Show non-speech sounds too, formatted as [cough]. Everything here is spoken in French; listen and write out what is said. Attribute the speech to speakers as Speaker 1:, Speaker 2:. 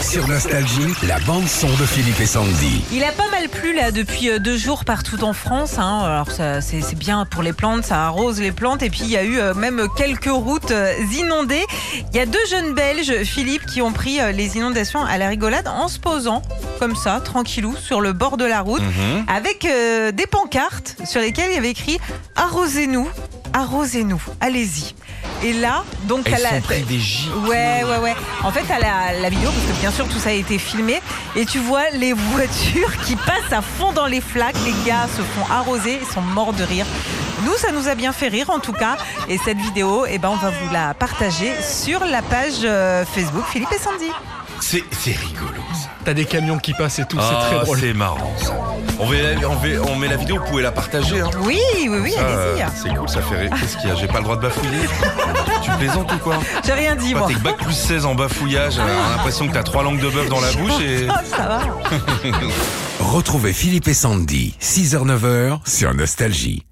Speaker 1: Sur Nostalgie, la bande-son de Philippe et Sandy.
Speaker 2: Il a pas mal plu là depuis euh, deux jours partout en France. hein. Alors ça, c'est c'est bien pour les plantes, ça arrose les plantes. Et puis il y a eu euh, même quelques routes euh, inondées. Il y a deux jeunes Belges, Philippe, qui ont pris euh, les inondations à la rigolade en se posant comme ça, tranquillou, sur le bord de la route, avec euh, des pancartes sur lesquelles il y avait écrit "Arrosez-nous, arrosez-nous, allez-y". Et là, donc à
Speaker 3: Elles
Speaker 2: la-
Speaker 3: sont privilégiées.
Speaker 2: Ouais, ouais, ouais. En fait, à la, la vidéo, parce que bien sûr, tout ça a été filmé, et tu vois les [laughs] voitures qui passent à fond dans les flaques. Les gars se font arroser, ils sont morts de rire. Nous, ça nous a bien fait rire, en tout cas. Et cette vidéo, eh ben, on va vous la partager sur la page euh, Facebook Philippe et Sandy.
Speaker 3: C'est c'est rigolo ça.
Speaker 4: T'as des camions qui passent et tout,
Speaker 3: Ah,
Speaker 4: c'est très drôle.
Speaker 3: C'est marrant ça. On, met la, on met- on met la vidéo, vous pouvez la partager. Hein.
Speaker 2: Oui, oui, oui,
Speaker 3: Ça,
Speaker 2: allez-y.
Speaker 3: euh, c'est cool, ça fait rire. Qu'est-ce qu'il y a J'ai pas le droit de bafouiller Tu plaisantes ou quoi
Speaker 2: J'ai rien dit,
Speaker 3: Toi,
Speaker 2: moi. [laughs]
Speaker 3: T'es bac plus 16 en bafouillage, euh, on a l'impression que t'as trois langues de bœuf dans la bouche et.
Speaker 2: [laughs] Oh, ça va.
Speaker 1: Retrouvez Philippe et Sandy, 6h-9h sur Nostalgie.